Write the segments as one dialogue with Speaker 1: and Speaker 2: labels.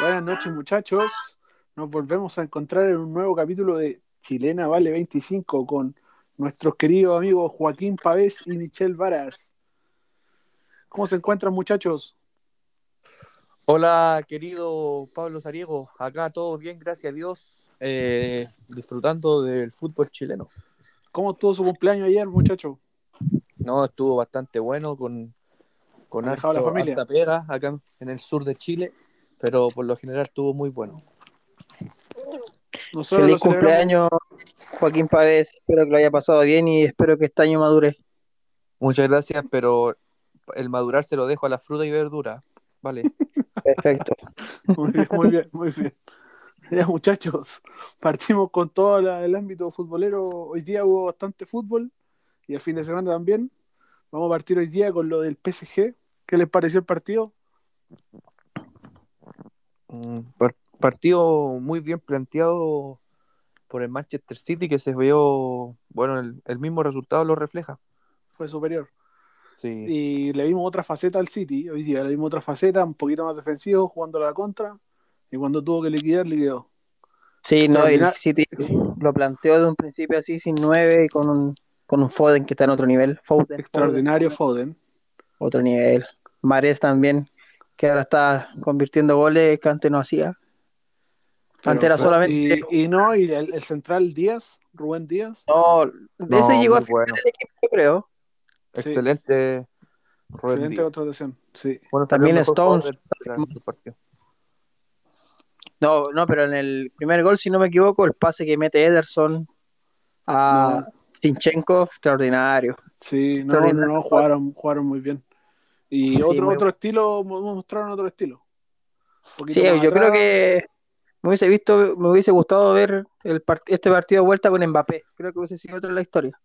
Speaker 1: Buenas noches, muchachos. Nos volvemos a encontrar en un nuevo capítulo de Chilena Vale 25 con nuestros queridos amigos Joaquín Pavés y Michelle Varas. ¿Cómo se encuentran, muchachos?
Speaker 2: Hola, querido Pablo Sariego. Acá todo bien, gracias a Dios. eh, disfrutando del fútbol chileno.
Speaker 1: ¿Cómo estuvo su cumpleaños ayer, muchachos?
Speaker 2: No, estuvo bastante bueno con, con
Speaker 1: Ha dejado la
Speaker 2: harto-
Speaker 1: familia.
Speaker 2: harta pega acá en- en el sur de Chile, pero por lo general estuvo muy bueno.
Speaker 1: Nosotros lo celebramos.
Speaker 3: Feliz cumpleaños, Joaquín Pavés. Espero que lo haya pasado bien y espero que este año madure.
Speaker 2: Muchas gracias, pero el madurar se lo dejo a la fruta y verdura. Vale.
Speaker 3: Perfecto.
Speaker 1: Muy bien, muy bien, muy bien. Ya, muchachos, partimos con todo la- el ámbito futbolero. Hoy día hubo bastante fútbol y el fin de semana también. Vamos a partir hoy día con lo del PSG. ¿Qué les pareció el partido?
Speaker 2: Mm, par- partido muy bien planteado por el Manchester City que se vio, bueno, el, el mismo resultado lo refleja.
Speaker 1: Fue superior.
Speaker 2: Sí.
Speaker 1: Y le vimos otra faceta al City hoy día, le vimos otra faceta, un poquito más defensivo, jugando a la contra. Y cuando tuvo que liquidar, liquidó.
Speaker 3: Sí, no, y el
Speaker 1: Extraordinar-
Speaker 3: City lo planteó de un principio así, sin nueve y con un, con un Foden que está en otro nivel. Foden,
Speaker 1: Extraordinario
Speaker 3: Foden,
Speaker 1: Foden.
Speaker 3: Foden, otro nivel. Mares también, que ahora está convirtiendo goles que antes no hacía. Antes era
Speaker 2: Pero-
Speaker 3: solamente.
Speaker 1: Y, y no, y el, el central Díaz, Rubén Díaz.
Speaker 3: No, de ese
Speaker 2: No,
Speaker 3: llegó a
Speaker 2: muy
Speaker 3: final
Speaker 2: bueno.
Speaker 3: del equipo, yo creo.
Speaker 1: Sí.
Speaker 2: Excelente. Rubén
Speaker 1: Excelente
Speaker 2: Díaz.
Speaker 1: contratación. Sí.
Speaker 2: Bueno, salió
Speaker 3: También
Speaker 2: el mejor
Speaker 3: Stones.
Speaker 2: jugador del- del partido.
Speaker 3: No, no, pero en el primer gol, si no me equivoco, el pase que mete Ederson a Sinchenko, extraordinario.
Speaker 1: Sí, no, no, no, jugaron, jugaron muy bien. Y
Speaker 3: Sí,
Speaker 1: otro,
Speaker 3: muy
Speaker 1: otro estilo, mo- mostraron otro estilo. Un poquito
Speaker 3: Sí,
Speaker 1: más
Speaker 3: yo
Speaker 1: atrás,
Speaker 3: creo que me hubiese visto, me hubiese gustado ver el part- este partido de vuelta con Mbappé. Creo que hubiese sido otra la historia.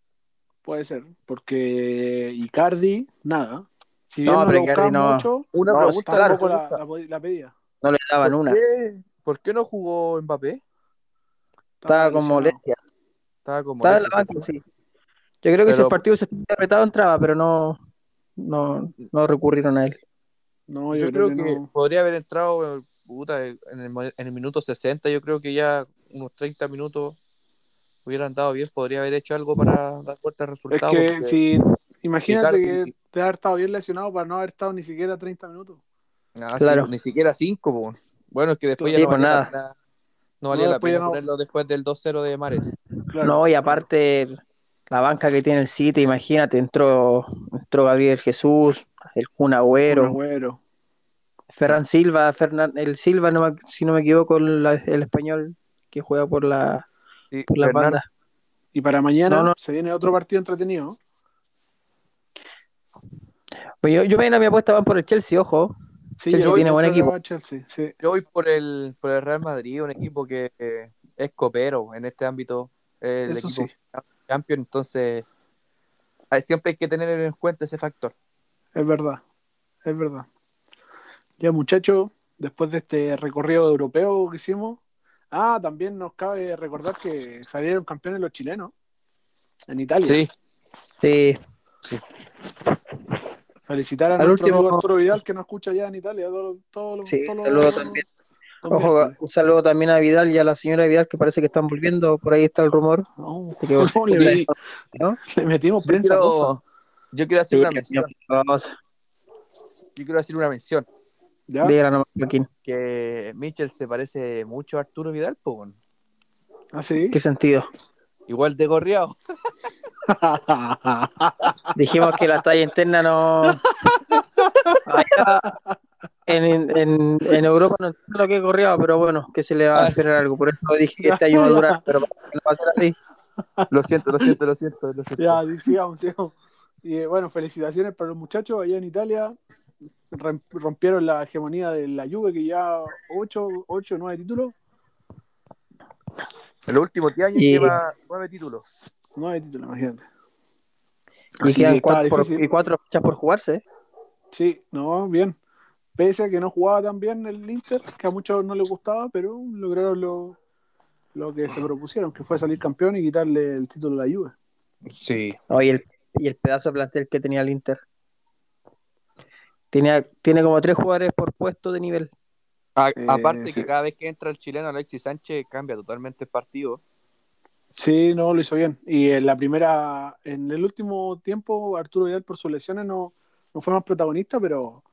Speaker 1: Puede ser, porque Icardi, nada. Si bien
Speaker 3: No,
Speaker 1: no,
Speaker 3: pero
Speaker 1: lo
Speaker 3: Icardi
Speaker 1: buscaban
Speaker 3: no.
Speaker 1: mucho,
Speaker 2: Una
Speaker 3: No,
Speaker 2: pregunta,
Speaker 3: Claro,
Speaker 1: tampoco la,
Speaker 2: pregunta.
Speaker 1: la pod- la pedía.
Speaker 3: No le daban
Speaker 2: ¿Por
Speaker 3: una.
Speaker 2: qué- ¿Por qué no jugó Mbappé?
Speaker 3: Estaba con
Speaker 1: lesionado.
Speaker 3: molestia.
Speaker 2: Estaba como
Speaker 3: Estaba en la
Speaker 2: leche,
Speaker 3: banca,
Speaker 2: ¿cierto?
Speaker 3: sí. Yo creo que si
Speaker 2: Pero-
Speaker 3: el partido se estaba apretado entraba, pero no, no, no recurrieron a él.
Speaker 1: No,
Speaker 2: Yo creo que,
Speaker 1: no.
Speaker 2: podría haber entrado eh, puta, en, el, mo- en el minuto 60. Yo creo que ya unos 30 minutos hubieran dado bien. Podría haber hecho algo para dar vuelta al
Speaker 1: Es
Speaker 2: resultado.
Speaker 1: que
Speaker 2: porque-
Speaker 1: si, imagínate
Speaker 2: Icardi-
Speaker 1: que te haber estado bien lesionado para no haber estado ni siquiera 30 minutos.
Speaker 2: Ah, sí,
Speaker 3: Claro.
Speaker 2: pues, ni siquiera 5. Bueno, es que después
Speaker 3: Sí,
Speaker 2: ya no
Speaker 3: pues
Speaker 2: valía
Speaker 3: nada.
Speaker 2: la pena, no valía
Speaker 1: No,
Speaker 2: la
Speaker 1: después
Speaker 2: pena
Speaker 1: ya no.
Speaker 2: ponerlo después del 2-0 de Mares.
Speaker 1: Claro.
Speaker 3: No, y aparte la banca que tiene el City, imagínate, entró, entró Gabriel Jesús, el Kun Agüero,
Speaker 1: Un agüero.
Speaker 3: Ferran Silva, Fernan- el Silva, no me- si no me equivoco, el, el español que juega por la,
Speaker 2: Sí,
Speaker 3: por la
Speaker 2: Fernan-
Speaker 3: banda.
Speaker 1: Y para mañana
Speaker 3: No, no.
Speaker 1: se viene otro partido entretenido. ¿no?
Speaker 3: Pues yo, yo me a mi apuesta van por el Chelsea, ojo.
Speaker 1: Sí,
Speaker 3: Chelsea
Speaker 1: yo
Speaker 3: tiene
Speaker 1: voy
Speaker 3: buen
Speaker 1: con
Speaker 3: equipo.
Speaker 1: Real Chelsea, sí.
Speaker 2: Yo voy por el, por el Real Madrid, un equipo que eh, es copero en este ámbito. eh, el
Speaker 1: Eso
Speaker 2: equipo
Speaker 1: sí.
Speaker 2: champion, entonces hay- siempre hay que tener en cuenta ese factor.
Speaker 1: Es verdad, es verdad. Ya muchachos, después de este recorrido europeo que hicimos, ah, también nos cabe recordar que salieron campeones los chilenos en Italia.
Speaker 3: Sí,
Speaker 1: Felicitar a
Speaker 3: Al
Speaker 1: nuestro
Speaker 3: último-
Speaker 1: amigo Arturo Vidal que nos escucha allá en Italia. Todo, todo, lo-
Speaker 3: sí,
Speaker 1: todo lo-
Speaker 3: saludo también.
Speaker 1: todo
Speaker 3: Ojo,
Speaker 1: miércoles.
Speaker 3: un saludo también a Vidal y a la señora Vidal que parece que están volviendo, por ahí está el rumor.
Speaker 1: No,
Speaker 3: Así que vos-
Speaker 1: no, le, le metimos
Speaker 2: Yo
Speaker 1: prensa. rosa.
Speaker 2: quiero, yo quiero hacer
Speaker 3: Sí,
Speaker 2: una mención.
Speaker 3: vamos,
Speaker 2: Yo quiero hacer una mención.
Speaker 1: ¿Ya?
Speaker 3: dígala nomás, Joaquín.
Speaker 2: Que Mitchell se parece mucho a Arturo Vidal, po, weón.
Speaker 1: ¿Ah, sí?
Speaker 3: ¿Qué sentido?
Speaker 2: igual de gorreado.
Speaker 3: Dijimos que la talla interna no. Allá en, en, en Europa no sé lo que corría, pero bueno, que se le va a esperar algo. Por eso dije que este año va a durar, pero va a ser así.
Speaker 2: Lo siento, lo siento, lo siento. Lo siento.
Speaker 1: Ya, sí, sigamos, sigamos. Y eh, bueno, felicitaciones para los muchachos allá en Italia. Rem- Rompieron la hegemonía de la Juve, que ya 8 o 9 títulos.
Speaker 2: En los últimos 10 años
Speaker 3: Y-
Speaker 2: lleva nueve títulos.
Speaker 1: 9 títulos, imagínate.
Speaker 3: Y
Speaker 1: Así que
Speaker 3: quedan
Speaker 1: está
Speaker 3: cuatro, por-
Speaker 1: difícil.
Speaker 3: y cuatro fechas por jugarse.
Speaker 1: Sí, no, bien. Pese a que no jugaba tan bien el Inter, que a muchos no les gustaba, pero lograron lo, lo que se propusieron, que fue salir campeón y quitarle el título a la Juve.
Speaker 2: Sí.
Speaker 3: No, y, el, y el pedazo de plantel que tenía el Inter. Tenía, tiene como tres jugadores por puesto de nivel.
Speaker 2: A-
Speaker 1: Eh,
Speaker 2: aparte
Speaker 1: sí.
Speaker 2: que cada vez que entra el chileno Alexis Sánchez cambia totalmente el partido.
Speaker 1: Sí, no, lo hizo bien. Y en la primera, en el último tiempo, Arturo Vidal por sus lesiones no, no fue más protagonista, pero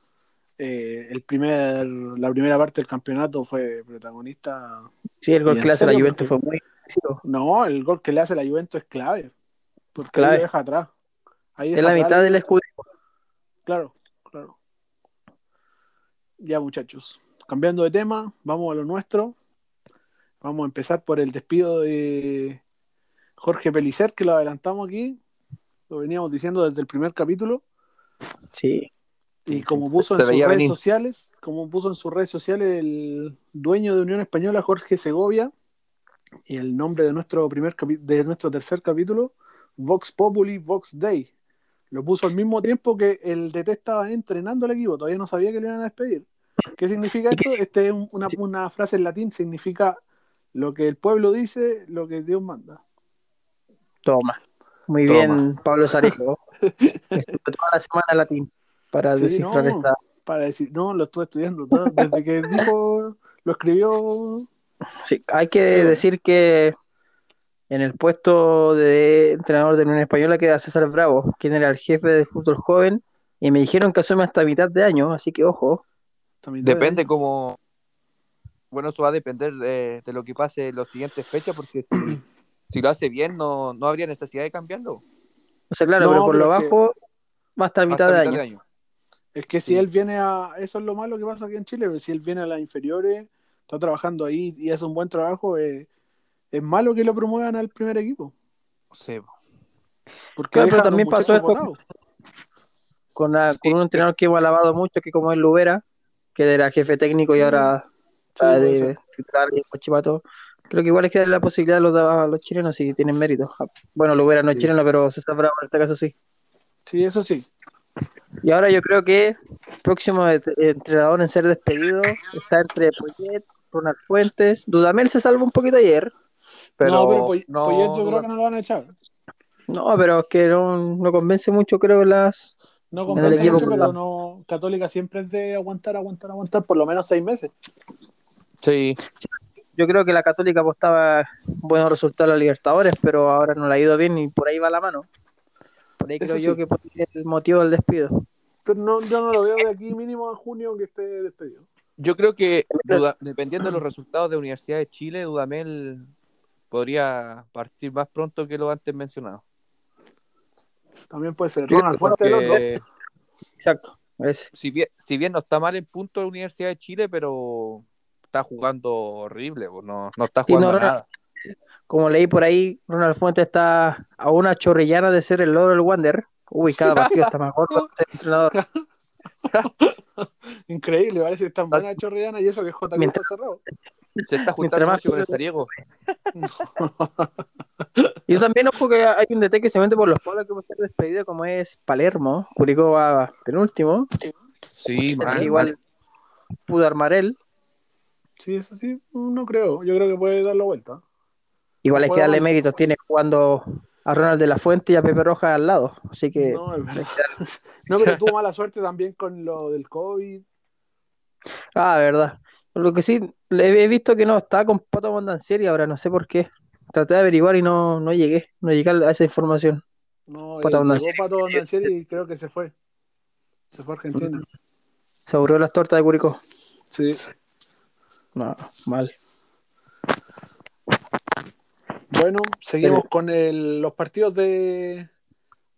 Speaker 1: eh, el primer, la primera parte del campeonato fue protagonista.
Speaker 3: Sí, el gol
Speaker 1: ¿Y
Speaker 3: que le
Speaker 1: en
Speaker 3: hace la
Speaker 1: serio?
Speaker 3: Juventus fue muy agresivo.
Speaker 1: No, el gol que le hace la Juventus es clave, porque ahí
Speaker 3: Clave.
Speaker 1: lo deja atrás. Ahí
Speaker 3: Es
Speaker 1: deja
Speaker 3: la
Speaker 1: atrás
Speaker 3: mitad del escudo.
Speaker 1: Claro, claro. Ya, muchachos. Cambiando de tema, vamos a lo nuestro. Vamos a empezar por el despido de Jorge Pelicer, que lo adelantamos aquí. Lo veníamos diciendo desde el primer capítulo.
Speaker 3: Sí.
Speaker 1: Y como puso en
Speaker 2: Se
Speaker 1: sus
Speaker 2: veía
Speaker 1: redes
Speaker 2: venir.
Speaker 1: sociales, como puso en sus redes sociales el dueño de Unión Española, Jorge Segovia, y el nombre de nuestro primer capi- de nuestro tercer capítulo, Vox Populi, Vox Day. Lo puso al mismo tiempo que el DT estaba entrenando al equipo, todavía no sabía que le iban a despedir. ¿Qué significa esto? Este es un- una, una frase en latín, significa lo que el pueblo dice, lo que Dios manda.
Speaker 3: Toma. Muy
Speaker 2: Toma.
Speaker 3: bien, Pablo Sarejo. Estuve toda la semana en latín para
Speaker 1: Sí,
Speaker 3: descifrar
Speaker 1: no.
Speaker 3: esta.
Speaker 1: Para decir, no, lo estuve estudiando todo, desde que dijo, lo escribió
Speaker 3: Sí, hay que
Speaker 1: Sí.
Speaker 3: decir que en el puesto de entrenador de la Unión Española queda César Bravo, quien era el jefe del fútbol joven, y me dijeron que asume hasta mitad de año, así que ojo.
Speaker 1: hasta mitad de
Speaker 2: Depende como... Bueno, eso va a depender de, de lo que pase en las siguientes fechas, porque si, si lo hace bien no, no habría necesidad de cambiarlo.
Speaker 3: O sea, claro,
Speaker 1: No,
Speaker 3: pero por
Speaker 1: pero
Speaker 3: lo
Speaker 1: es que-
Speaker 3: bajo va hasta mitad
Speaker 2: Hasta
Speaker 3: de
Speaker 2: mitad
Speaker 3: año.
Speaker 1: Es que si
Speaker 2: Sí.
Speaker 1: él viene a. Eso es lo malo que pasa aquí en Chile, pero si él viene a las inferiores, está trabajando ahí y hace un buen trabajo, eh, es malo que lo promuevan al primer equipo.
Speaker 2: Sí,
Speaker 1: Porque
Speaker 3: Claro, Ah, pero
Speaker 1: deja a los
Speaker 3: también pasó
Speaker 1: muchachos
Speaker 3: esto-
Speaker 1: botados.
Speaker 3: Con, la-
Speaker 2: Sí.
Speaker 3: con un entrenador que hemos alabado mucho, que como es Lubera, que era jefe técnico y
Speaker 1: Sí.
Speaker 3: ahora
Speaker 1: Sí,
Speaker 3: está
Speaker 1: puede
Speaker 3: de
Speaker 1: ser.
Speaker 3: titular en Huachipato. Creo que igual es que darle la posibilidad a los, a los chilenos si tienen mérito. Ah, Bueno, Lubera no es
Speaker 2: Sí.
Speaker 3: chileno, pero César Bravo en este caso sí.
Speaker 1: Sí, eso sí.
Speaker 3: Y ahora yo creo que el próximo et- entrenador en ser despedido está entre Poyet, Ronald Fuentes. Dudamel se salvó un poquito ayer.
Speaker 2: pero
Speaker 1: no, pero Poy-
Speaker 2: no,
Speaker 1: Poyet yo
Speaker 2: no
Speaker 1: creo que no lo van a echar.
Speaker 3: No, pero es que no, no convence mucho, creo, las.
Speaker 1: No
Speaker 3: No
Speaker 1: convence
Speaker 3: le quiero
Speaker 1: mucho, pero
Speaker 3: burlar.
Speaker 1: no. Católica siempre es de aguantar, aguantar, aguantar por lo menos seis meses.
Speaker 2: Sí,
Speaker 3: Yo creo que la Católica apostaba buenos resultados a la Libertadores, pero ahora no le ha ido bien y por ahí va la mano. Por ahí
Speaker 1: Eso
Speaker 3: creo
Speaker 1: sí.
Speaker 3: yo que puede ser el motivo del despido.
Speaker 1: Pero no, yo no lo veo de aquí mínimo a junio que esté despedido.
Speaker 2: yo creo que Duda- dependiendo de los resultados de Universidad de Chile, Dudamel podría partir más pronto que lo antes mencionado.
Speaker 1: También puede ser.
Speaker 3: Yo
Speaker 1: Ronald Fuentes, el otro.
Speaker 2: Porque
Speaker 3: Exacto, ese.
Speaker 2: si bien, si bien no está mal en punto la Universidad de Chile, pero está jugando horrible, pues, no, no está
Speaker 3: Sí, no,
Speaker 2: jugando
Speaker 3: Ronald-
Speaker 2: nada.
Speaker 3: Como leí por ahí, Ronald Fuentes está a una chorrillana de ser el loro del Wander. Uy, cada partido está más gordo. este entrenador.
Speaker 1: Increíble, parece que están buenas chorreanas y eso que J. Cruz está
Speaker 3: Mientras-
Speaker 1: cerrado.
Speaker 2: Se está juntando
Speaker 3: Mientras más-
Speaker 2: mucho con el Sariego.
Speaker 3: Yo también ojo que hay un DT que se mete por los polos que va a ser despedido, como es Palermo. Curicó va penúltimo.
Speaker 2: Sí, mal,
Speaker 3: igual
Speaker 2: mal.
Speaker 3: pudo armar él.
Speaker 1: Sí, eso sí, no creo. Yo creo que puede dar la vuelta.
Speaker 3: Igual hay que
Speaker 1: Bueno,
Speaker 3: darle
Speaker 1: bueno.
Speaker 3: méritos. Tiene jugando a Ronald de la Fuente y a Pepe Rojas al lado. Así que
Speaker 1: No, es verdad. No, pero tuvo mala suerte también con lo del COVID.
Speaker 3: Ah, verdad. Lo que sí, le he visto que no, estaba con Pato Bondancieri ahora, no sé por qué. Traté de averiguar y no, no llegué, no llegué a esa información.
Speaker 1: No,
Speaker 3: Pato
Speaker 1: eh,
Speaker 3: Bondancieri.
Speaker 1: llegó Pato Bondancieri y creo que se fue. Se fue a Argentina.
Speaker 3: Se aburrió las tortas de Curicó.
Speaker 1: Sí.
Speaker 3: No, mal.
Speaker 1: Bueno, seguimos
Speaker 3: Pero-
Speaker 1: con el- los partidos de,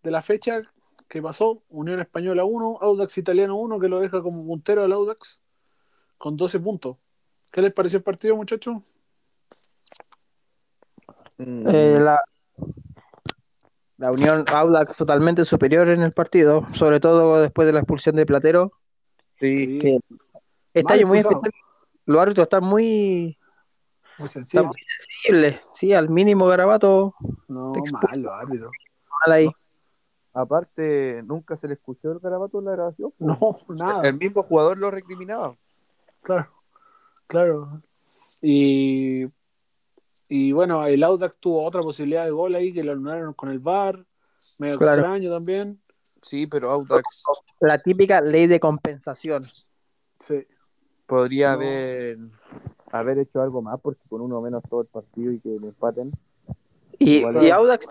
Speaker 1: de la fecha que pasó. Unión Española 1, Audax Italiano 1, que lo deja como puntero al Audax con 12 puntos. ¿Qué les pareció el partido, muchachos?
Speaker 2: Mm,
Speaker 3: Eh, la, la Unión Audax totalmente superior en el partido, sobre todo después de la expulsión de Platero.
Speaker 2: sí.
Speaker 3: que- Está
Speaker 1: Mal
Speaker 3: yo muy
Speaker 1: expulsado.
Speaker 3: Los árbitros están muy
Speaker 1: Muy sencillo.
Speaker 3: Estamos- sensibles, sí, al mínimo garabato,
Speaker 1: No,
Speaker 3: Expu-
Speaker 1: malo, árbitro.
Speaker 3: mal ahí.
Speaker 2: Aparte, nunca se le escuchó el garabato en la grabación.
Speaker 1: No, nada.
Speaker 2: El mismo jugador lo recriminaba.
Speaker 1: Claro, claro. Y, y bueno, el Audax tuvo otra posibilidad de gol ahí que lo anularon con el VAR. Medio
Speaker 3: Claro.
Speaker 1: extraño también.
Speaker 2: Sí, pero Audax
Speaker 3: La típica ley de compensación.
Speaker 1: Sí.
Speaker 2: Podría
Speaker 4: No.
Speaker 2: haber.
Speaker 4: haber hecho algo más porque con uno menos todo el partido y que le empaten.
Speaker 3: Y,
Speaker 4: Igual-
Speaker 3: y Audax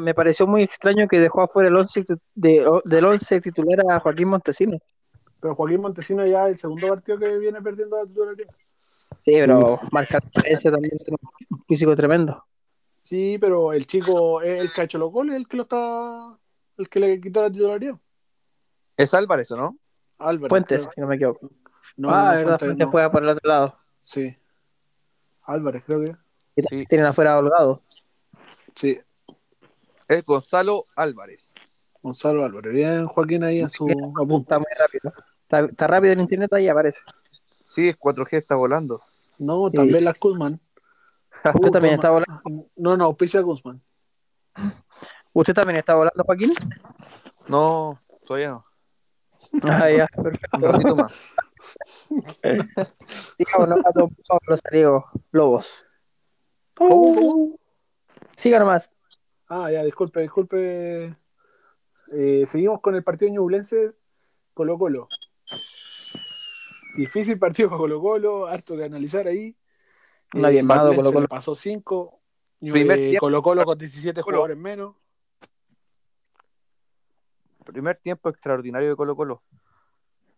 Speaker 3: me pareció muy extraño que dejó afuera el once, titu- de- o- del 11 titular a Joaquín Montesinos.
Speaker 1: Pero Joaquín Montesino ya es el segundo partido que viene perdiendo la titularidad.
Speaker 3: Sí, pero marca la diferencia también, tiene un físico tremendo.
Speaker 1: Sí, pero el chico, es el que ha hecho los goles, el que lo está. El que le quitó la titularidad.
Speaker 2: Es Álvarez, ¿o no?
Speaker 1: Álvarez.
Speaker 3: Puentes,
Speaker 1: creo.
Speaker 3: si no me equivoco.
Speaker 1: No, no, no,
Speaker 3: ah, verdad,
Speaker 1: Fuentes,
Speaker 3: Fuentes
Speaker 1: no.
Speaker 3: juega por el otro lado.
Speaker 1: Sí. Álvarez, creo que.
Speaker 3: Y
Speaker 2: Sí.
Speaker 3: Tienen afuera a Holgado.
Speaker 1: Sí.
Speaker 2: Es Gonzalo Álvarez.
Speaker 1: Gonzalo Álvarez. Bien, Joaquín ahí en su apunta.
Speaker 3: Está muy rápido. Está, está rápido el internet ahí, aparece.
Speaker 2: Sí, es 4G, está volando.
Speaker 1: No, también la Guzmán.
Speaker 3: Usted también está volando.
Speaker 1: No, no, auspicia Guzmán.
Speaker 3: ¿Usted también está volando, Joaquín?
Speaker 2: No, todavía no.
Speaker 3: Ah, ya,
Speaker 2: Un
Speaker 3: perfecto.
Speaker 2: ratito más.
Speaker 3: Díganos a don Pablo Sariego Lobos. Siga nomás.
Speaker 1: Ah, ya, disculpe, disculpe. Eh, seguimos con el partido ñublense Colo Colo. Difícil partido para Colo Colo, harto que analizar ahí.
Speaker 3: No había armado
Speaker 1: Colo
Speaker 3: Colo-Colo.
Speaker 1: Colo. Pasó 5.
Speaker 2: Primer tiempo.
Speaker 1: Colo Colo con 17
Speaker 2: Colo.
Speaker 1: jugadores menos.
Speaker 2: Primer tiempo extraordinario de Colo Colo.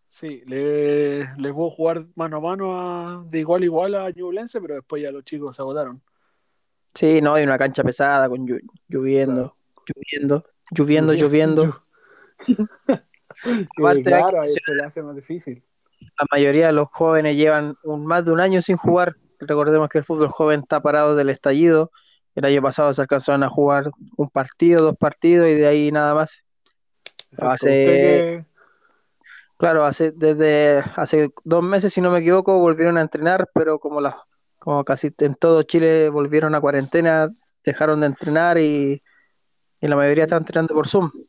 Speaker 1: Sí, le, les puedo jugar mano a mano a- de igual a igual a Ñublense, pero después ya los chicos se agotaron.
Speaker 3: Sí, no, hay una cancha pesada con llu- lloviendo, lloviendo, lloviendo, lloviendo.
Speaker 1: Y
Speaker 3: Aparte,
Speaker 1: Eh, claro, ahí
Speaker 3: sí.
Speaker 1: se le hace más difícil.
Speaker 3: La mayoría de los jóvenes llevan un, más de un año sin jugar. Recordemos que el fútbol joven está parado del estallido. El año pasado se alcanzaron a jugar un partido, dos partidos y de ahí nada más.
Speaker 1: Exacto.
Speaker 3: Hace-
Speaker 1: Usted
Speaker 3: Claro, hace, desde hace dos meses, si no me equivoco, volvieron a entrenar, pero como las, como casi en todo Chile volvieron a cuarentena, dejaron de entrenar y, y la mayoría están entrenando por Zoom.
Speaker 1: que-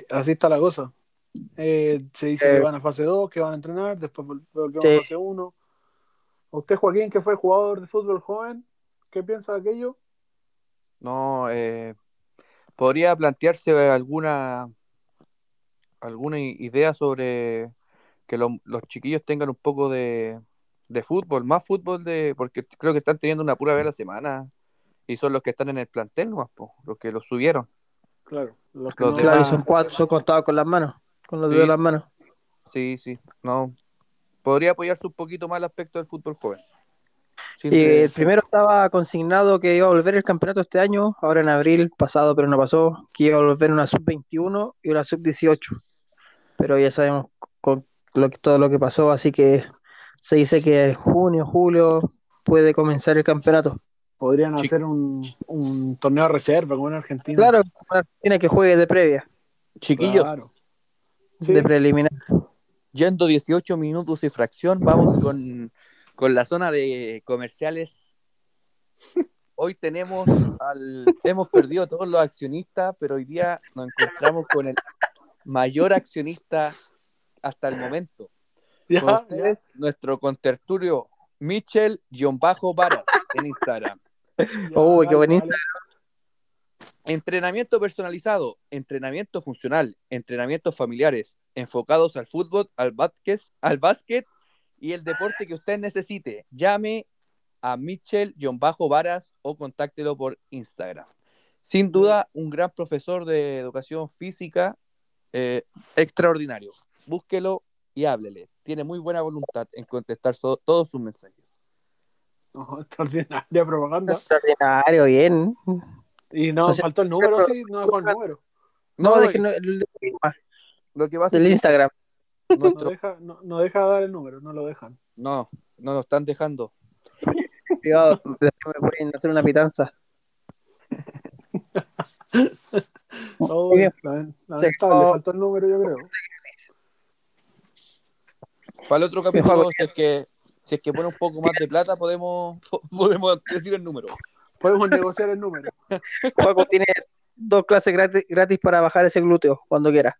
Speaker 1: sí, así está la cosa. Eh, se dice
Speaker 3: Eh.
Speaker 1: que van a fase 2, que van a entrenar, después vol- volvemos
Speaker 3: Sí.
Speaker 1: a fase 1. Usted, Joaquín, que fue jugador de fútbol joven, ¿qué piensa de aquello?
Speaker 2: No, eh, podría plantearse alguna alguna i- idea sobre que lo- los chiquillos tengan un poco de, de fútbol, más fútbol de, porque creo que están teniendo una pura vez a la semana y son los que están en el plantel nomás, po, los que los subieron.
Speaker 1: Claro, los que
Speaker 2: Los
Speaker 1: no-
Speaker 2: de-
Speaker 3: Claro, y
Speaker 2: demás-
Speaker 3: son cuatro, son contados con las manos, con los
Speaker 2: Sí.
Speaker 3: dedos de las manos.
Speaker 2: Sí, sí, no. Podría apoyarse un poquito más el aspecto del fútbol joven. Sin
Speaker 3: Y
Speaker 2: que-
Speaker 3: el primero estaba consignado que iba a volver el campeonato este año, ahora en abril pasado, pero no pasó, que iba a volver una sub-21 y una sub-18. Pero ya sabemos con lo que- todo lo que pasó, así que se dice que junio, julio puede comenzar el campeonato.
Speaker 1: podrían
Speaker 2: Chi-
Speaker 1: hacer un, un torneo de reserva como en Argentina.
Speaker 3: Claro, tiene que juegue de previa,
Speaker 2: Chiquillos,
Speaker 1: Claro. Sí.
Speaker 3: de preliminar.
Speaker 2: Yendo 18 minutos y fracción, vamos con, con la zona de comerciales. Hoy tenemos al. Hemos perdido todos los accionistas, pero hoy día nos encontramos con el mayor accionista hasta el momento.
Speaker 1: Ya,
Speaker 2: Con
Speaker 1: ya.
Speaker 2: ustedes, nuestro contertulio, Michel-Varas en Instagram.
Speaker 3: Oh, qué
Speaker 1: bonito
Speaker 3: bonito.
Speaker 2: Entrenamiento personalizado, entrenamiento funcional, entrenamientos familiares, enfocados al fútbol, al básquet, al básquet y el deporte que usted necesite. Llame a Michel-Varas o contáctelo por Instagram. Sin duda, un gran profesor de educación física eh, extraordinario. Búsquelo y háblele. Tiene muy buena voluntad en contestar so- todos sus mensajes.
Speaker 1: No, extraordinaria propaganda.
Speaker 3: Extraordinario, bien.
Speaker 1: Y no,
Speaker 3: O sea,
Speaker 1: faltó el número, sí, no dejó el número.
Speaker 3: No,
Speaker 2: No,
Speaker 3: dejen el,
Speaker 2: Lo que pasa
Speaker 3: el
Speaker 2: es
Speaker 3: Instagram.
Speaker 2: que
Speaker 1: No
Speaker 2: nuestro-
Speaker 1: deja, no, no deja dar el número, no lo dejan.
Speaker 2: no, no nos están dejando.
Speaker 3: privado, después me pueden hacer una pitanza.
Speaker 1: Oh,
Speaker 3: Muy bien.
Speaker 1: lamen-
Speaker 3: Se
Speaker 1: lamentable,
Speaker 3: acabó.
Speaker 1: faltó el número, yo creo.
Speaker 2: Para el otro capítulo, si es que, si es que pone un poco más de plata, podemos, podemos decir el número.
Speaker 1: Podemos negociar el número.
Speaker 3: Juaco tiene dos clases gratis, gratis para bajar ese glúteo cuando quiera.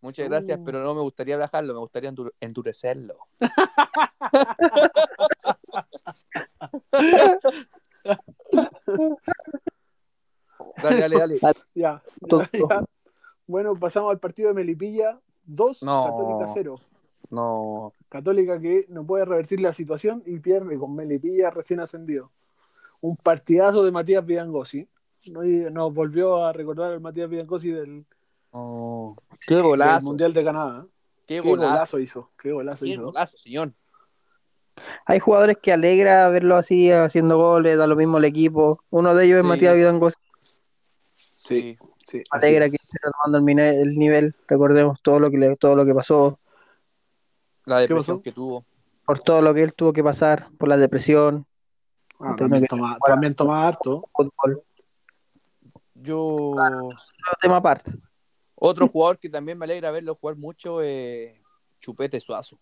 Speaker 2: Muchas gracias,
Speaker 1: Uh.
Speaker 2: pero no me gustaría bajarlo, me gustaría endur- endurecerlo. dale, dale, dale.
Speaker 1: Ya, ya,
Speaker 3: Tonto.
Speaker 1: ya. Bueno, pasamos al partido de Melipilla 2,
Speaker 2: No.
Speaker 1: Católica 0.
Speaker 2: No,
Speaker 1: Católica que no puede revertir la situación y pierde con Melipilla recién ascendido. Un partidazo de Matías Vidangosi. Nos volvió a recordar el Matías Vidangosi del,
Speaker 2: Oh, qué
Speaker 1: del
Speaker 2: golazo.
Speaker 1: Mundial de Canadá.
Speaker 2: Qué
Speaker 1: Qué
Speaker 2: golazo.
Speaker 1: golazo hizo. Qué golazo
Speaker 2: Qué
Speaker 1: hizo.
Speaker 2: golazo, señor.
Speaker 3: Hay jugadores que alegra verlo así, haciendo goles, da lo mismo al equipo. Uno de ellos es
Speaker 2: Sí.
Speaker 3: Matías Vidangosa,
Speaker 1: Sí, sí. así
Speaker 3: alegra
Speaker 1: es.
Speaker 3: que esté tomando el, mine- el nivel. Recordemos todo lo que le- todo lo que pasó,
Speaker 2: La depresión
Speaker 1: pasó?
Speaker 2: que tuvo.
Speaker 3: por todo lo que él tuvo que pasar, por la depresión,
Speaker 1: Ah, también, toma, también toma harto.
Speaker 3: fútbol,
Speaker 2: Yo.
Speaker 3: otro tema aparte.
Speaker 2: Otro jugador que también me alegra verlo jugar mucho es Chupete Suazo.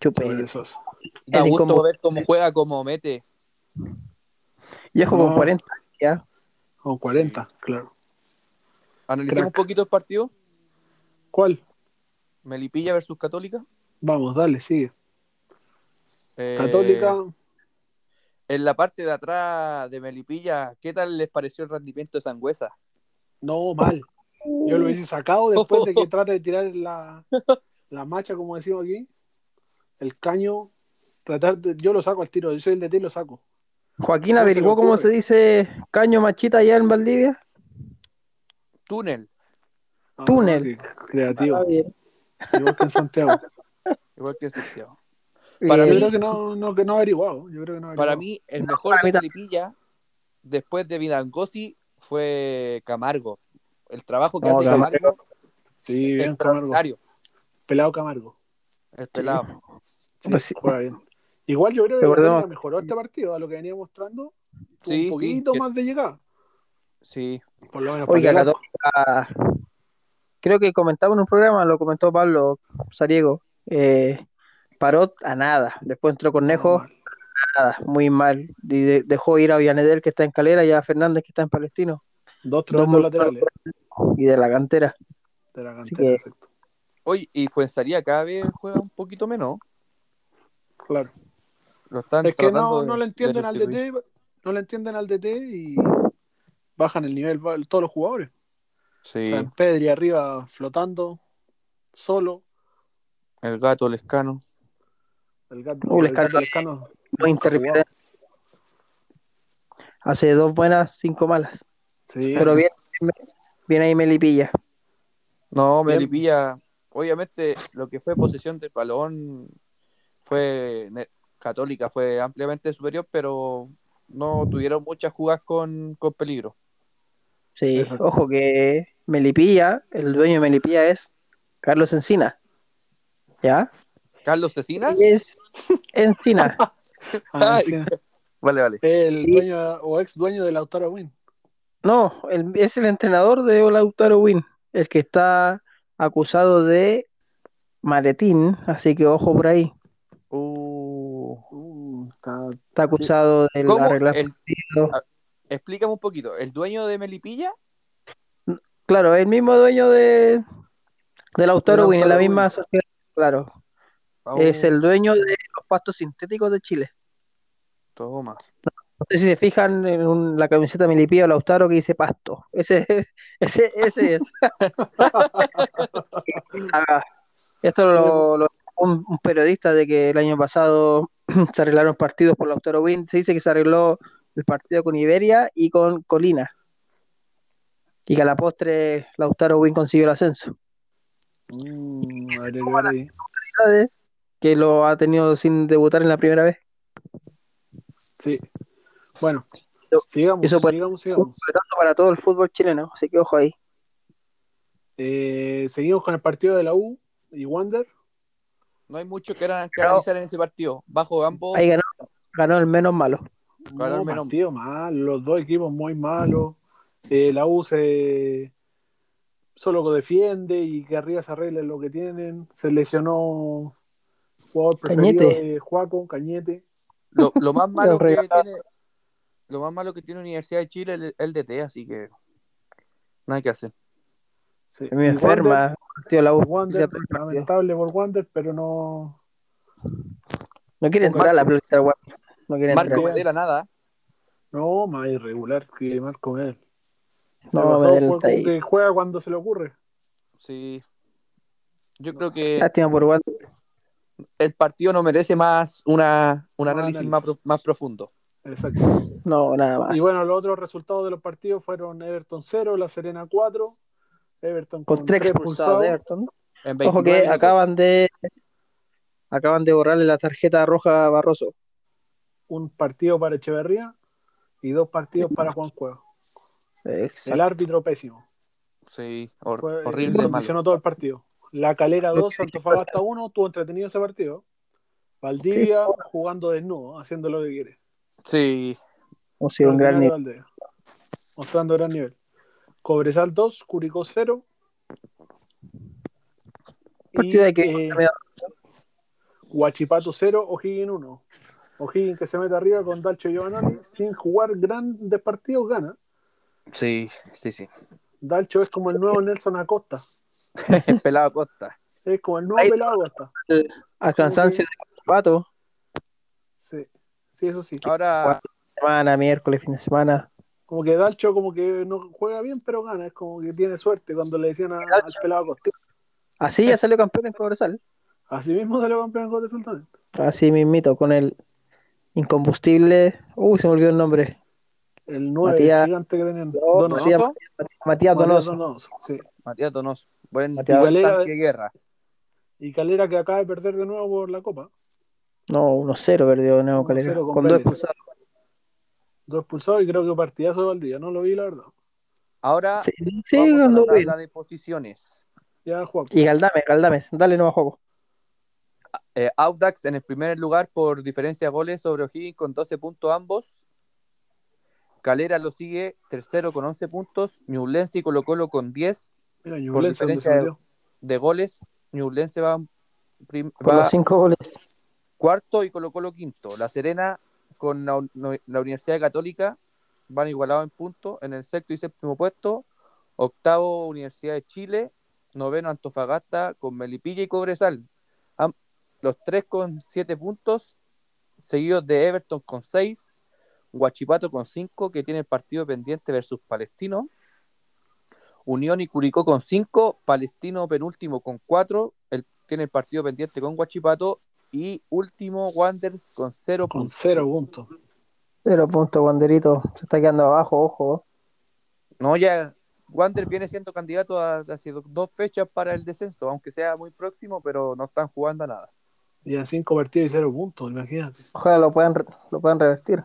Speaker 3: Chupe.
Speaker 1: Sobre esos.
Speaker 2: Da
Speaker 3: El
Speaker 2: gusto
Speaker 3: incómodo.
Speaker 2: ver
Speaker 1: eh,
Speaker 2: cómo juega, cómo mete.
Speaker 3: Viejo
Speaker 1: No.
Speaker 3: con 40, ya.
Speaker 1: Con 40, claro.
Speaker 2: Analicemos
Speaker 1: Crack.
Speaker 2: un poquito el partido.
Speaker 1: ¿Cuál?
Speaker 2: Melipilla versus Católica.
Speaker 1: Vamos, dale, sigue.
Speaker 2: Eh,
Speaker 1: Católica,
Speaker 2: En la parte de atrás de Melipilla, ¿qué tal les pareció el rendimiento de Sangüesa?
Speaker 1: no, mal. Yo lo hubiese sacado después de que trate de tirar la, la macha, como decimos aquí. El caño. Tratar de, yo lo saco al tiro, yo soy el de ti lo saco.
Speaker 3: Joaquín
Speaker 1: ¿Cómo se le
Speaker 3: averiguó cómo
Speaker 1: ocurre?
Speaker 3: se dice caño machita allá en Valdivia.
Speaker 2: Túnel,
Speaker 1: Ah,
Speaker 3: Túnel.
Speaker 1: qué creativo.
Speaker 3: Ah, bien.
Speaker 1: Igual que en Santiago.
Speaker 2: igual que Santiago. Para
Speaker 3: Eh,
Speaker 1: Yo
Speaker 2: mí-
Speaker 1: creo que no, no, que no ha averiguado. Yo creo que no ha
Speaker 2: Para
Speaker 1: averiguado.
Speaker 2: mí, el mejor
Speaker 3: para mí
Speaker 2: de Melipilla, después de Vidangosi, fue Camargo. El trabajo que
Speaker 1: No,
Speaker 2: hace
Speaker 1: Camargo,
Speaker 2: Camargo
Speaker 1: Sí,
Speaker 2: es
Speaker 1: bien Camargo.
Speaker 2: extraordinario.
Speaker 1: Pelado Camargo.
Speaker 2: El pelado.
Speaker 1: Sí,
Speaker 3: Pues sí.
Speaker 1: juega bien. Igual yo creo que
Speaker 3: Recordemos-
Speaker 1: Católica mejoró este partido a lo que venía mostrando. Tuvo
Speaker 2: Sí, sí,
Speaker 1: un poquito
Speaker 2: que-
Speaker 1: más de llegada.
Speaker 2: Sí,
Speaker 1: Por lo menos para
Speaker 3: Oiga,
Speaker 1: llegar.
Speaker 3: Católica, creo que comentaba en un programa, lo comentó Pablo Sariego, eh, paró a nada, después entró Cornejo, nada, muy mal, y de- dejó ir a Villaneder que está en Calera y a Fernández que está en Palestino,
Speaker 1: Dos, tres
Speaker 3: dos
Speaker 1: dos
Speaker 3: muy
Speaker 1: laterales
Speaker 3: y de la cantera.
Speaker 1: de la
Speaker 3: Así
Speaker 1: cantera.
Speaker 3: que-
Speaker 1: exacto.
Speaker 2: Oye, y Fuenzaría cada vez juega un poquito menos.
Speaker 1: Claro.
Speaker 2: Lo están
Speaker 1: Es que
Speaker 2: tratando
Speaker 1: no,
Speaker 2: de-
Speaker 1: no le
Speaker 2: de
Speaker 1: entienden al
Speaker 2: sustituir.
Speaker 1: DT, no le entienden al DT y bajan el nivel va- todos los jugadores. O
Speaker 2: Sí,
Speaker 1: sea, Pedri arriba flotando, solo.
Speaker 2: el gato Lescano.
Speaker 1: El gato,
Speaker 3: Uh,
Speaker 1: el
Speaker 3: Lescano.
Speaker 1: gato Lescano
Speaker 3: No interfiere. Hace dos buenas, cinco malas,
Speaker 1: Sí,
Speaker 3: pero bien, bien ahí Melipilla.
Speaker 2: No,
Speaker 1: Bien.
Speaker 2: Melipilla. Obviamente, lo que fue posesión del balón fue ne- católica, fue ampliamente superior, pero no tuvieron muchas jugadas con, con peligro.
Speaker 3: Sí,
Speaker 1: Exacto.
Speaker 3: ojo que Melipilla, el dueño de Melipilla es Carlos Encina. ¿Ya?
Speaker 2: Carlos Cecina.
Speaker 3: Es Encina.
Speaker 1: Ah,
Speaker 2: Ay.
Speaker 1: sí.
Speaker 2: Vale, vale.
Speaker 1: El
Speaker 3: Sí.
Speaker 1: dueño o ex dueño del Lautaro Win.
Speaker 3: No, el- es el entrenador de Lautaro Win, el que está acusado de maletín, así que ojo por ahí.
Speaker 2: Uh,
Speaker 1: Uh, está-
Speaker 3: Está acusado de
Speaker 2: ¿Cómo? Eh,
Speaker 3: arreglar
Speaker 2: El- Ah,
Speaker 3: partido.
Speaker 2: explícame un poquito. ¿El dueño de Melipilla?
Speaker 3: Claro, el mismo dueño de, de Lautaro
Speaker 1: De
Speaker 3: Win, en la
Speaker 1: Lautaro
Speaker 3: misma
Speaker 1: Win.
Speaker 3: sociedad, claro.
Speaker 2: Ah,
Speaker 3: Es el dueño de los pastos sintéticos de Chile.
Speaker 2: Toma.
Speaker 3: No sé si se fijan en un- la camiseta Melipilla o Lautaro que dice pasto. Ese es. Ese, ese es. Ah, esto lo, lo- un, un periodista de que el año pasado se arreglaron partidos por Lautaro Win. Se dice que se arregló el partido con Iberia y con Colina. Y que a la postre Lautaro Win consiguió el ascenso.
Speaker 1: Mm, habría que ver ahí.
Speaker 3: ¿Sabes? Que lo ha tenido sin debutar en la primera vez.
Speaker 1: Sí. Bueno,
Speaker 3: Yo-
Speaker 1: sigamos,
Speaker 3: eso puede-
Speaker 1: sigamos,
Speaker 3: Un
Speaker 1: sigamos.
Speaker 3: tanto para todo el fútbol chileno. Así que ojo ahí.
Speaker 1: Eh, seguimos con el partido de la U y Wander.
Speaker 2: No hay mucho que, era- que
Speaker 3: Claro.
Speaker 2: analizar en ese partido. Bajo ambos.
Speaker 3: Ahí ganó, ganó el menos malo.
Speaker 2: Claro,
Speaker 1: No,
Speaker 2: menos-
Speaker 1: partido mal, los dos equipos muy malos. Eh, la U se solo defiende y que arriba se arreglen lo que tienen. Se lesionó jugador preferido
Speaker 3: Cañete.
Speaker 1: de Juaco, Cañete.
Speaker 2: Lo, lo más malo
Speaker 3: Los
Speaker 2: que
Speaker 3: regalados.
Speaker 2: tiene. Lo más malo que tiene Universidad de Chile es el, el DT, así que. Nada que hacer.
Speaker 1: Sí. Y
Speaker 3: Me
Speaker 1: Wander-
Speaker 3: enferma. Tío, la U.
Speaker 1: Wander,
Speaker 3: Ya todo el partido.
Speaker 1: lamentable por Wander, pero no,
Speaker 3: No quiere entrar a la pelota, guapo. No quiere entrar.
Speaker 2: Marco Medela, nada.
Speaker 1: no más irregular que Marco Medel. Se
Speaker 3: No,
Speaker 1: pasó
Speaker 3: Medel
Speaker 1: por-
Speaker 3: está ahí.
Speaker 1: que juega cuando se le ocurre.
Speaker 2: Sí. Yo creo que
Speaker 3: Ah. Lástima por Wander.
Speaker 2: el partido no merece más una,
Speaker 1: Un
Speaker 2: un análisis,
Speaker 1: análisis.
Speaker 2: Más, pro- más profundo.
Speaker 1: Exacto.
Speaker 3: No, nada más.
Speaker 1: Y bueno, los otros resultados de los partidos fueron Everton 0, La Serena 4, Everton
Speaker 3: con tres expulsados de Everton.
Speaker 2: En 29
Speaker 3: Ojo que
Speaker 2: minutos.
Speaker 3: acaban de acaban de borrarle la tarjeta roja a Barroso.
Speaker 1: un partido para Echeverría y dos partidos para Juan Cueva.
Speaker 3: Exacto.
Speaker 1: El árbitro pésimo.
Speaker 2: Sí, hor-
Speaker 1: Fue-
Speaker 2: horrible. malo.
Speaker 1: Condicionó todo el partido. La Calera 2, Antofagasta 1, estuvo entretenido ese partido. Valdivia jugando desnudo, haciendo lo que quiere.
Speaker 2: Sí,
Speaker 3: Ha sido un gran nivel.
Speaker 1: Ordinario Valdivia. Mostrando gran nivel. Cobresal 2, Curicó 0. Y,
Speaker 3: Partido de que
Speaker 1: eh, Huachipato 0, O'Higgins 1. O'Higgins que se mete arriba con Dalcho Giovanni sin jugar grandes partidos gana.
Speaker 2: sí, sí, sí.
Speaker 1: Dalcho es como el nuevo Nelson Acosta.
Speaker 2: Pelado Costa.
Speaker 1: Es como el nuevo
Speaker 3: Ahí-
Speaker 1: pelado Acosta.
Speaker 3: al cansancio de pato.
Speaker 1: Sí. sí, eso sí.
Speaker 2: Ahora,
Speaker 3: Semana, miércoles, fin de semana.
Speaker 1: Como que Dalcho como que no juega bien, pero gana. Es como que tiene suerte cuando le decían a- al
Speaker 3: Dalcho.
Speaker 1: pelado Acosta.
Speaker 3: Así ya salió campeón en Cobresal.
Speaker 1: Así mismo salió campeón con resultados.
Speaker 3: Así mismito, con el incombustible. Uh, se me olvidó el nombre.
Speaker 1: El 9
Speaker 3: Matías-
Speaker 1: gigante que tenían.
Speaker 2: Donoso,
Speaker 1: Donoso.
Speaker 3: Matías, Matías
Speaker 1: Matías
Speaker 3: Donoso.
Speaker 1: Donoso, sí.
Speaker 2: Matías Donoso. Buen
Speaker 3: Matías
Speaker 2: buen
Speaker 1: Donoso.
Speaker 2: tanque de guerra.
Speaker 1: Y Calera que acaba de perder de nuevo por la Copa.
Speaker 3: No, 1-0 perdió Neo
Speaker 1: 1-0
Speaker 3: Calera.
Speaker 1: con
Speaker 3: Con, dos
Speaker 1: Vélez.
Speaker 3: expulsados.
Speaker 1: Dos expulsados y creo que partidazo de Valdivia. No lo vi, la verdad.
Speaker 2: Ahora,
Speaker 3: Sí, sí,
Speaker 2: vamos a
Speaker 3: con
Speaker 2: la
Speaker 3: dos
Speaker 2: tabla de posiciones.
Speaker 1: Ya Juan.
Speaker 3: Y Galdames, Galdames. Dale nuevo juego.
Speaker 2: Eh, Audax en el primer lugar por diferencia de goles sobre O'Higgins con 12 puntos ambos. Calera lo sigue tercero con 11 puntos. Ñublense y Colo Colo con 10
Speaker 1: Mira, Ñublense donde
Speaker 2: diferencia
Speaker 1: se
Speaker 2: de-
Speaker 1: metió.
Speaker 2: de goles. Ñublense va, prim-
Speaker 3: Con
Speaker 2: va
Speaker 3: los cinco goles.
Speaker 2: cuarto y Colo Colo quinto. La Serena con la, no- la Universidad Católica van igualados en puntos en el sexto y séptimo puesto. Octavo Universidad de Chile, noveno Antofagasta con Melipilla y Cobresal. Am- Los tres con siete puntos, seguidos de Everton con seis, Huachipato con cinco, que tiene el partido pendiente versus Palestino. Unión y Curicó con cinco, Palestino penúltimo con cuatro, el- tiene el partido pendiente con Huachipato y último Wanderers con cero
Speaker 1: Con
Speaker 2: puntos.
Speaker 1: cero puntos.
Speaker 3: Cero puntos, Wanderito. Se está quedando abajo, ojo.
Speaker 2: No, ya Wander viene siendo candidato a, hace do- dos fechas para el descenso, aunque sea muy próximo, pero no están jugando a nada.
Speaker 1: Y a cinco partidos y cero puntos, imagínate.
Speaker 3: Ojalá lo puedan, re- lo puedan revertir.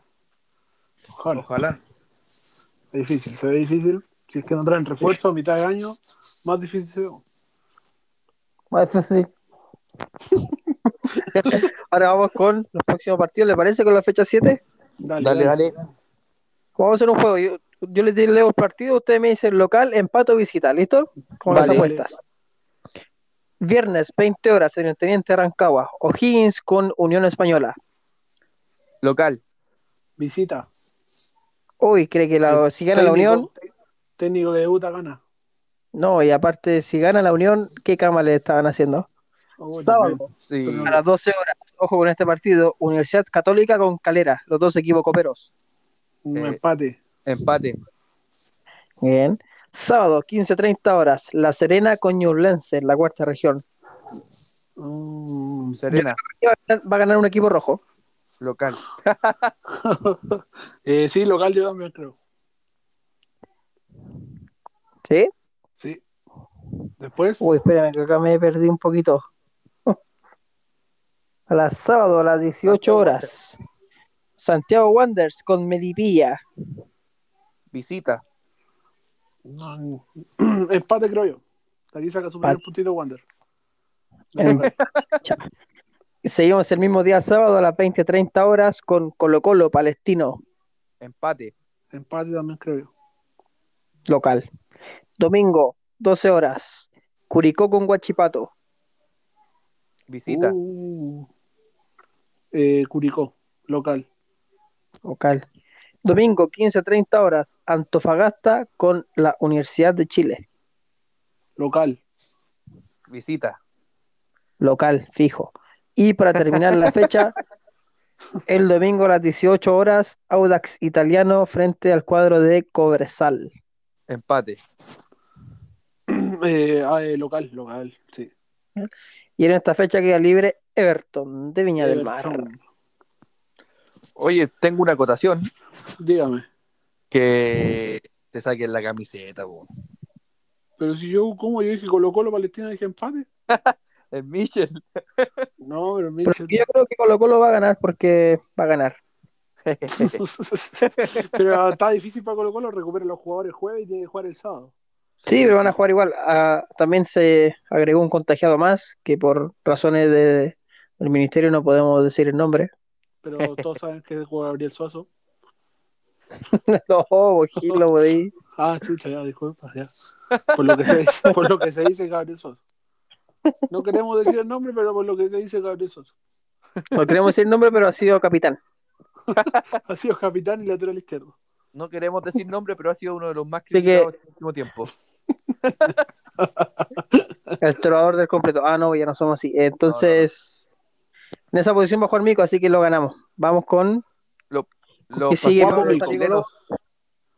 Speaker 1: Ojalá.
Speaker 2: Ojalá.
Speaker 1: Es difícil, se ve difícil. Si es que no traen refuerzo a mitad de año, más difícil se ve.
Speaker 3: Más fácil. Ahora vamos con los próximos partidos. ¿Le parece con la fecha 7?
Speaker 2: Dale, dale.
Speaker 3: Vamos a hacer un juego. Yo, yo les di- leo el partido, ustedes me dicen local, empate o visita, ¿listo? Con las
Speaker 2: Vale.
Speaker 3: apuestas. Viernes, 20 horas, en el Teniente Rancagua. O'Higgins con Unión Española.
Speaker 2: Local.
Speaker 1: Visita.
Speaker 3: Hoy cree que la, si gana la
Speaker 1: Técnico-
Speaker 3: Unión,
Speaker 1: Técnico que debuta gana.
Speaker 3: no, y aparte, si gana la Unión, ¿qué cama le estaban haciendo?
Speaker 1: Oh,
Speaker 3: Sábado.
Speaker 2: Sí.
Speaker 3: A las 12 horas, ojo con este partido, Universidad Católica con Calera, los dos equipos coperos.
Speaker 1: Un
Speaker 2: Eh.
Speaker 1: empate.
Speaker 2: Empate.
Speaker 3: Bien. Sábado, 15.30 horas, La Serena con Ñublense, en la cuarta región.
Speaker 1: Mm,
Speaker 2: Serena.
Speaker 3: Va a ganar- va a ganar un equipo rojo.
Speaker 2: Local.
Speaker 1: eh, sí, local yo también creo.
Speaker 3: ¿Sí?
Speaker 1: Sí. Después,
Speaker 3: Uy, espérame, que acá me perdí un poquito. A las sábado, a las 18 horas. Santiago Wanderers con Melipilla.
Speaker 2: Visita.
Speaker 1: no, empate creo yo. Aquí saca su primer
Speaker 3: Empate.
Speaker 1: puntito Wander.
Speaker 3: Em- Y Seguimos el mismo día sábado a las 20-30 horas con Colo Colo Palestino
Speaker 2: Empate.
Speaker 1: Empate también creo yo.
Speaker 3: local. Domingo, 12 horas. Curicó con Guachipato.
Speaker 2: Visita.
Speaker 1: Uh. Eh, Curicó, local.
Speaker 3: Local. Domingo, 15-30 horas. Antofagasta con la Universidad de Chile.
Speaker 1: Local.
Speaker 2: Visita.
Speaker 3: local fijo. Y para terminar la fecha, el domingo a las 18 horas, Audax Italiano frente al cuadro de Cobresal.
Speaker 2: Empate.
Speaker 1: Eh, ah, eh, local, local, sí.
Speaker 3: Y en esta fecha queda libre Everton de Viña
Speaker 1: Eh,
Speaker 3: del Mar.
Speaker 1: Everton.
Speaker 2: Oye, tengo una acotación
Speaker 1: Dígame.
Speaker 2: que te saquen la camiseta, po.
Speaker 1: Pero si yo, ¿cómo? Yo dije Colo Colo Palestina, dije empate.
Speaker 2: El Michel.
Speaker 1: No, pero
Speaker 3: Pero
Speaker 1: Michel.
Speaker 3: yo creo que Colo Colo va a ganar porque va a ganar.
Speaker 1: pero ah, está difícil para Colo Colo recuperar los jugadores jueves y tiene que jugar el sábado.
Speaker 3: Sí, pero van a jugar igual. Ah, también se agregó un contagiado más que por razones de- del ministerio no podemos decir el nombre.
Speaker 1: Pero todos saben que juega Gabriel Suazo.
Speaker 3: no, vos, Gil, lo podí.
Speaker 1: Ah, chucha, ya, disculpa, ya. Por lo que se dice, por lo que se dice Gabriel Sosa. No queremos decir el nombre, pero por lo que se dice Gabriel Sosa.
Speaker 3: No queremos decir el nombre, pero ha sido capitán.
Speaker 1: Ha sido capitán y lateral izquierdo.
Speaker 2: No queremos decir nombre, pero ha sido uno de los más
Speaker 3: que-
Speaker 2: criticados en el último tiempo.
Speaker 3: El trovador del completo. Ah, no, ya no somos así. Entonces, en esa posición va a jugar Mico, así que lo ganamos. Vamos con.
Speaker 2: Los
Speaker 3: Y sigue
Speaker 2: partidos
Speaker 1: Pablo Mico.
Speaker 2: chilenos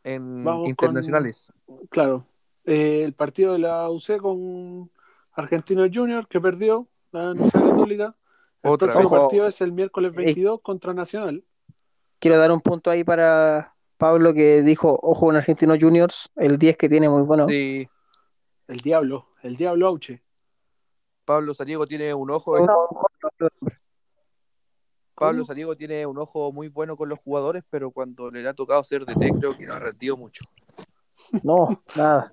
Speaker 2: en
Speaker 1: Vamos con-
Speaker 2: internacionales.
Speaker 1: Claro. Eh, el partido de la UC con Argentino Junior, que perdió la Universidad Católica. El
Speaker 2: Otra
Speaker 1: próximo
Speaker 3: vez.
Speaker 1: partido es el miércoles 22 contra Nacional.
Speaker 3: Quiero dar un punto ahí para Pablo que dijo: Ojo, un argentino Juniors, el 10 que tiene muy bueno.
Speaker 2: Sí,
Speaker 1: El Diablo, el Diablo Auche.
Speaker 2: Pablo Sariego tiene un ojo.
Speaker 3: Uno-
Speaker 2: Pablo
Speaker 1: ¿Cómo?
Speaker 2: Sariego tiene un ojo muy bueno con los jugadores, pero cuando le ha tocado ser de té, creo que no ha rendido mucho.
Speaker 3: No, nada.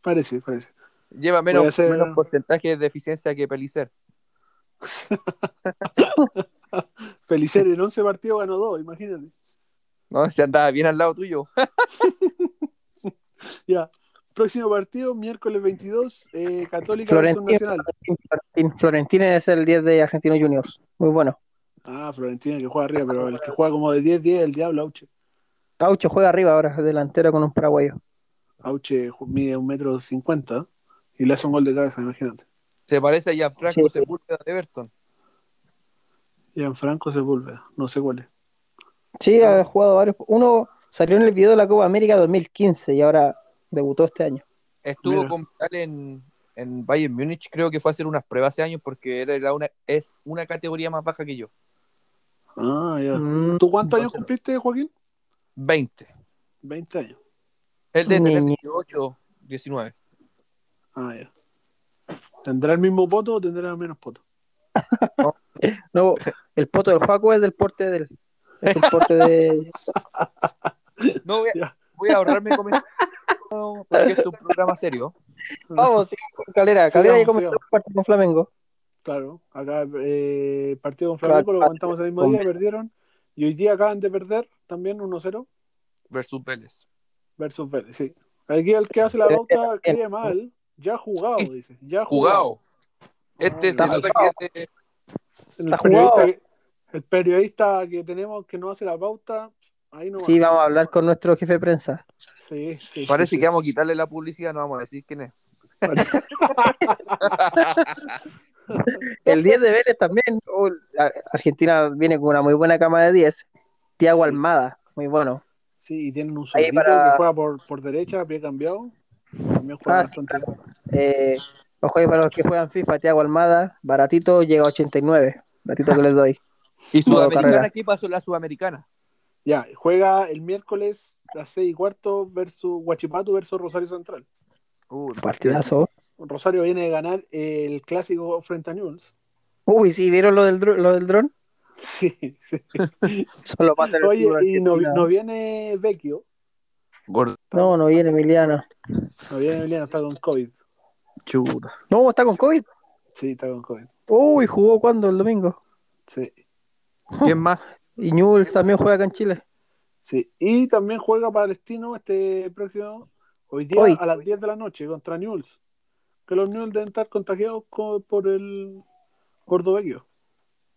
Speaker 1: Parece, parece.
Speaker 2: Lleva
Speaker 1: Voy a
Speaker 2: menos,
Speaker 1: hacer-
Speaker 2: menos porcentaje de eficiencia que Pelicer.
Speaker 1: Felicer en 11 partidos ganó 2, imagínate.
Speaker 2: No, se andaba bien al lado tuyo.
Speaker 1: Ya. Próximo partido, miércoles 22, eh, Católica versus
Speaker 3: Florentino,
Speaker 1: Nacional.
Speaker 3: Florentín, Florentín. Florentín es el 10 de Argentino Juniors. Muy bueno.
Speaker 1: Ah, Florentino que juega arriba, pero el que juega como de 10-10 es el Diablo Auche.
Speaker 3: Caucho juega arriba ahora, delantero con un paraguayo.
Speaker 1: Auche ju- mide un metro cincuenta y le hace un gol de cabeza, imagínate.
Speaker 2: Se parece a Gianfranco
Speaker 3: Sí.
Speaker 2: Sepúlveda de Everton.
Speaker 1: Y en Franco se vuelve, no sé cuál es.
Speaker 3: Sí, ha jugado varios. Uno salió en el video de la Copa América 2015 y ahora debutó este año.
Speaker 2: Estuvo
Speaker 1: Mira.
Speaker 2: con Vidal en, en Bayern Múnich, creo que fue a hacer unas pruebas hace años porque era la una, es una categoría más baja que yo.
Speaker 1: Ah, ya.
Speaker 3: Mm,
Speaker 1: ¿Tú cuántos años
Speaker 2: Entonces-
Speaker 1: cumpliste, Joaquín?
Speaker 2: 20.
Speaker 1: 20 años.
Speaker 2: Él debe tener
Speaker 3: Niño.
Speaker 2: 18, 19.
Speaker 1: Ah, ya. ¿Tendrá el mismo voto o tendrá menos voto?
Speaker 3: No, el poto del Paco es del porte del. Es el porte de.
Speaker 2: No, voy a,
Speaker 1: Ya.
Speaker 2: voy a ahorrarme comentarios porque esto es un programa serio.
Speaker 3: Vamos, sigamos con Calera. Calera ya
Speaker 1: Sigamos,
Speaker 3: comenzó
Speaker 1: sigamos.
Speaker 3: el partido con Flamengo.
Speaker 1: Claro, acá eh, partido con Flamengo lo
Speaker 3: Claro,
Speaker 1: contamos el mismo día, perdieron. Y hoy día acaban de perder también 1-0
Speaker 2: Versus Vélez.
Speaker 1: versus Vélez, sí. Aquí el que hace la
Speaker 3: Eh,
Speaker 1: pauta escribe mal. Ya jugado, dice. Ya jugado.
Speaker 2: Jugado. Este se
Speaker 1: Está
Speaker 2: nota
Speaker 3: jugado.
Speaker 2: que es de-
Speaker 1: El
Speaker 3: Está jugado.
Speaker 1: periodista, que- el periodista que tenemos que no hace la pauta, ahí no va.
Speaker 3: Sí, vamos a hablar con nuestro jefe de prensa.
Speaker 1: Sí, sí,
Speaker 2: Parece
Speaker 1: sí, sí.
Speaker 2: que vamos a quitarle la publicidad, no vamos a decir quién es.
Speaker 3: El 10 de Vélez también. Oh, la- Argentina viene con una muy buena cama de 10. Tiago Almada, muy bueno.
Speaker 1: Sí, y tienen un
Speaker 3: Ahí
Speaker 1: zurdito
Speaker 3: para-
Speaker 1: que juega por, por derecha, pie cambiado. También juega
Speaker 3: Ah, sí,
Speaker 1: bastante.
Speaker 3: Eh, ojo ahí para los que juegan FIFA, Tiago Almada, baratito, llega a 89. Baratito que les doy.
Speaker 2: ¿Y
Speaker 3: Modo
Speaker 2: Sudamericana?
Speaker 3: carrera.
Speaker 2: ¿Qué pasó en la Sudamericana?
Speaker 1: Ya, juega el miércoles a las 6 y cuarto versus Huachipato versus Rosario Central.
Speaker 2: Uh,
Speaker 3: Partidazo.
Speaker 1: Rosario viene de ganar el clásico frente a Newell's.
Speaker 3: Uy, sí, ¿vieron lo del, dro- lo del dron?
Speaker 1: Sí, sí.
Speaker 3: Solo pasa en el
Speaker 1: Oye,
Speaker 3: fútbol
Speaker 1: y no,
Speaker 3: argentino.
Speaker 1: no viene Vecchio,
Speaker 2: Gordo.
Speaker 3: No, no viene Emiliano.
Speaker 1: no viene Emiliano, está con COVID.
Speaker 2: Chuta.
Speaker 3: No, está con COVID.
Speaker 1: Sí, está con COVID.
Speaker 3: Uy, jugó cuando el domingo.
Speaker 1: Sí,
Speaker 2: ¿Quién más?
Speaker 3: Y Newell's también juega acá en Chile.
Speaker 1: sí. Y también juega Palestino este próximo, hoy día
Speaker 3: Hoy.
Speaker 1: a las 10 de la noche contra Newell's. Que los Newell's deben estar contagiados co- por el Gordo Vecchio.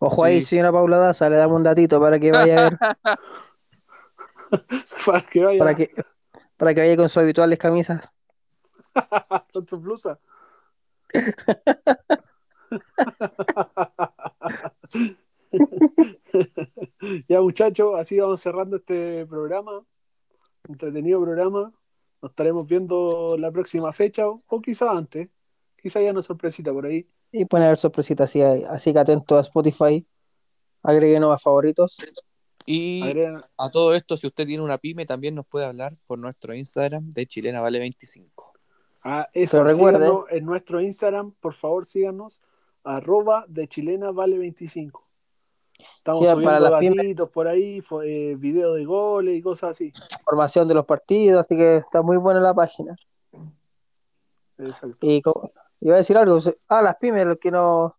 Speaker 3: Ojo ahí,
Speaker 2: Sí.
Speaker 3: señora Paula Daza, le damos un datito para que vaya a ver,
Speaker 1: Para que vaya
Speaker 3: para que, para que vaya con sus habituales camisas.
Speaker 1: con su blusa. ya muchachos, así vamos cerrando este programa, entretenido programa. Nos estaremos viendo la próxima fecha o, o quizá antes, quizá ya una sorpresita por ahí.
Speaker 3: Y pueden haber sorpresitas así, ahí. así que atento a Spotify. Agréguenos a favoritos.
Speaker 2: Y
Speaker 1: Agregan-
Speaker 2: a todo esto, si usted tiene una pyme, también nos puede hablar por nuestro Instagram de Chilena Vale 25.
Speaker 1: Ah, eso,
Speaker 3: Pero recuerde-
Speaker 1: síganos en nuestro Instagram, por favor, síganos, arroba de chilena vale 25. Estamos
Speaker 3: Sí, para
Speaker 1: subiendo
Speaker 3: las pymes.
Speaker 1: datitos por ahí, fo- eh, videos de goles y cosas así.
Speaker 3: Información de los partidos, así que está muy buena la página.
Speaker 1: Exacto.
Speaker 3: Y co- iba a decir algo. se- Ah, las pymes, los que nos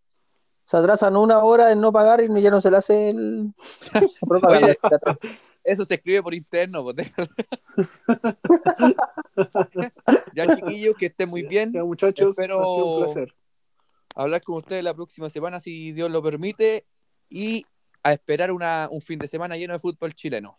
Speaker 3: se atrasan una hora en no pagar y no- ya no se le hace el. la propaganda.
Speaker 2: Oye. Eso se escribe por interno. pues, de- ya, chiquillos, que estén muy bien.
Speaker 1: Ya, muchachos,
Speaker 2: Espero-
Speaker 1: ha sido un placer.
Speaker 2: Hablar con ustedes la próxima semana, si Dios lo permite. Y a esperar una- un fin de semana lleno de fútbol chileno.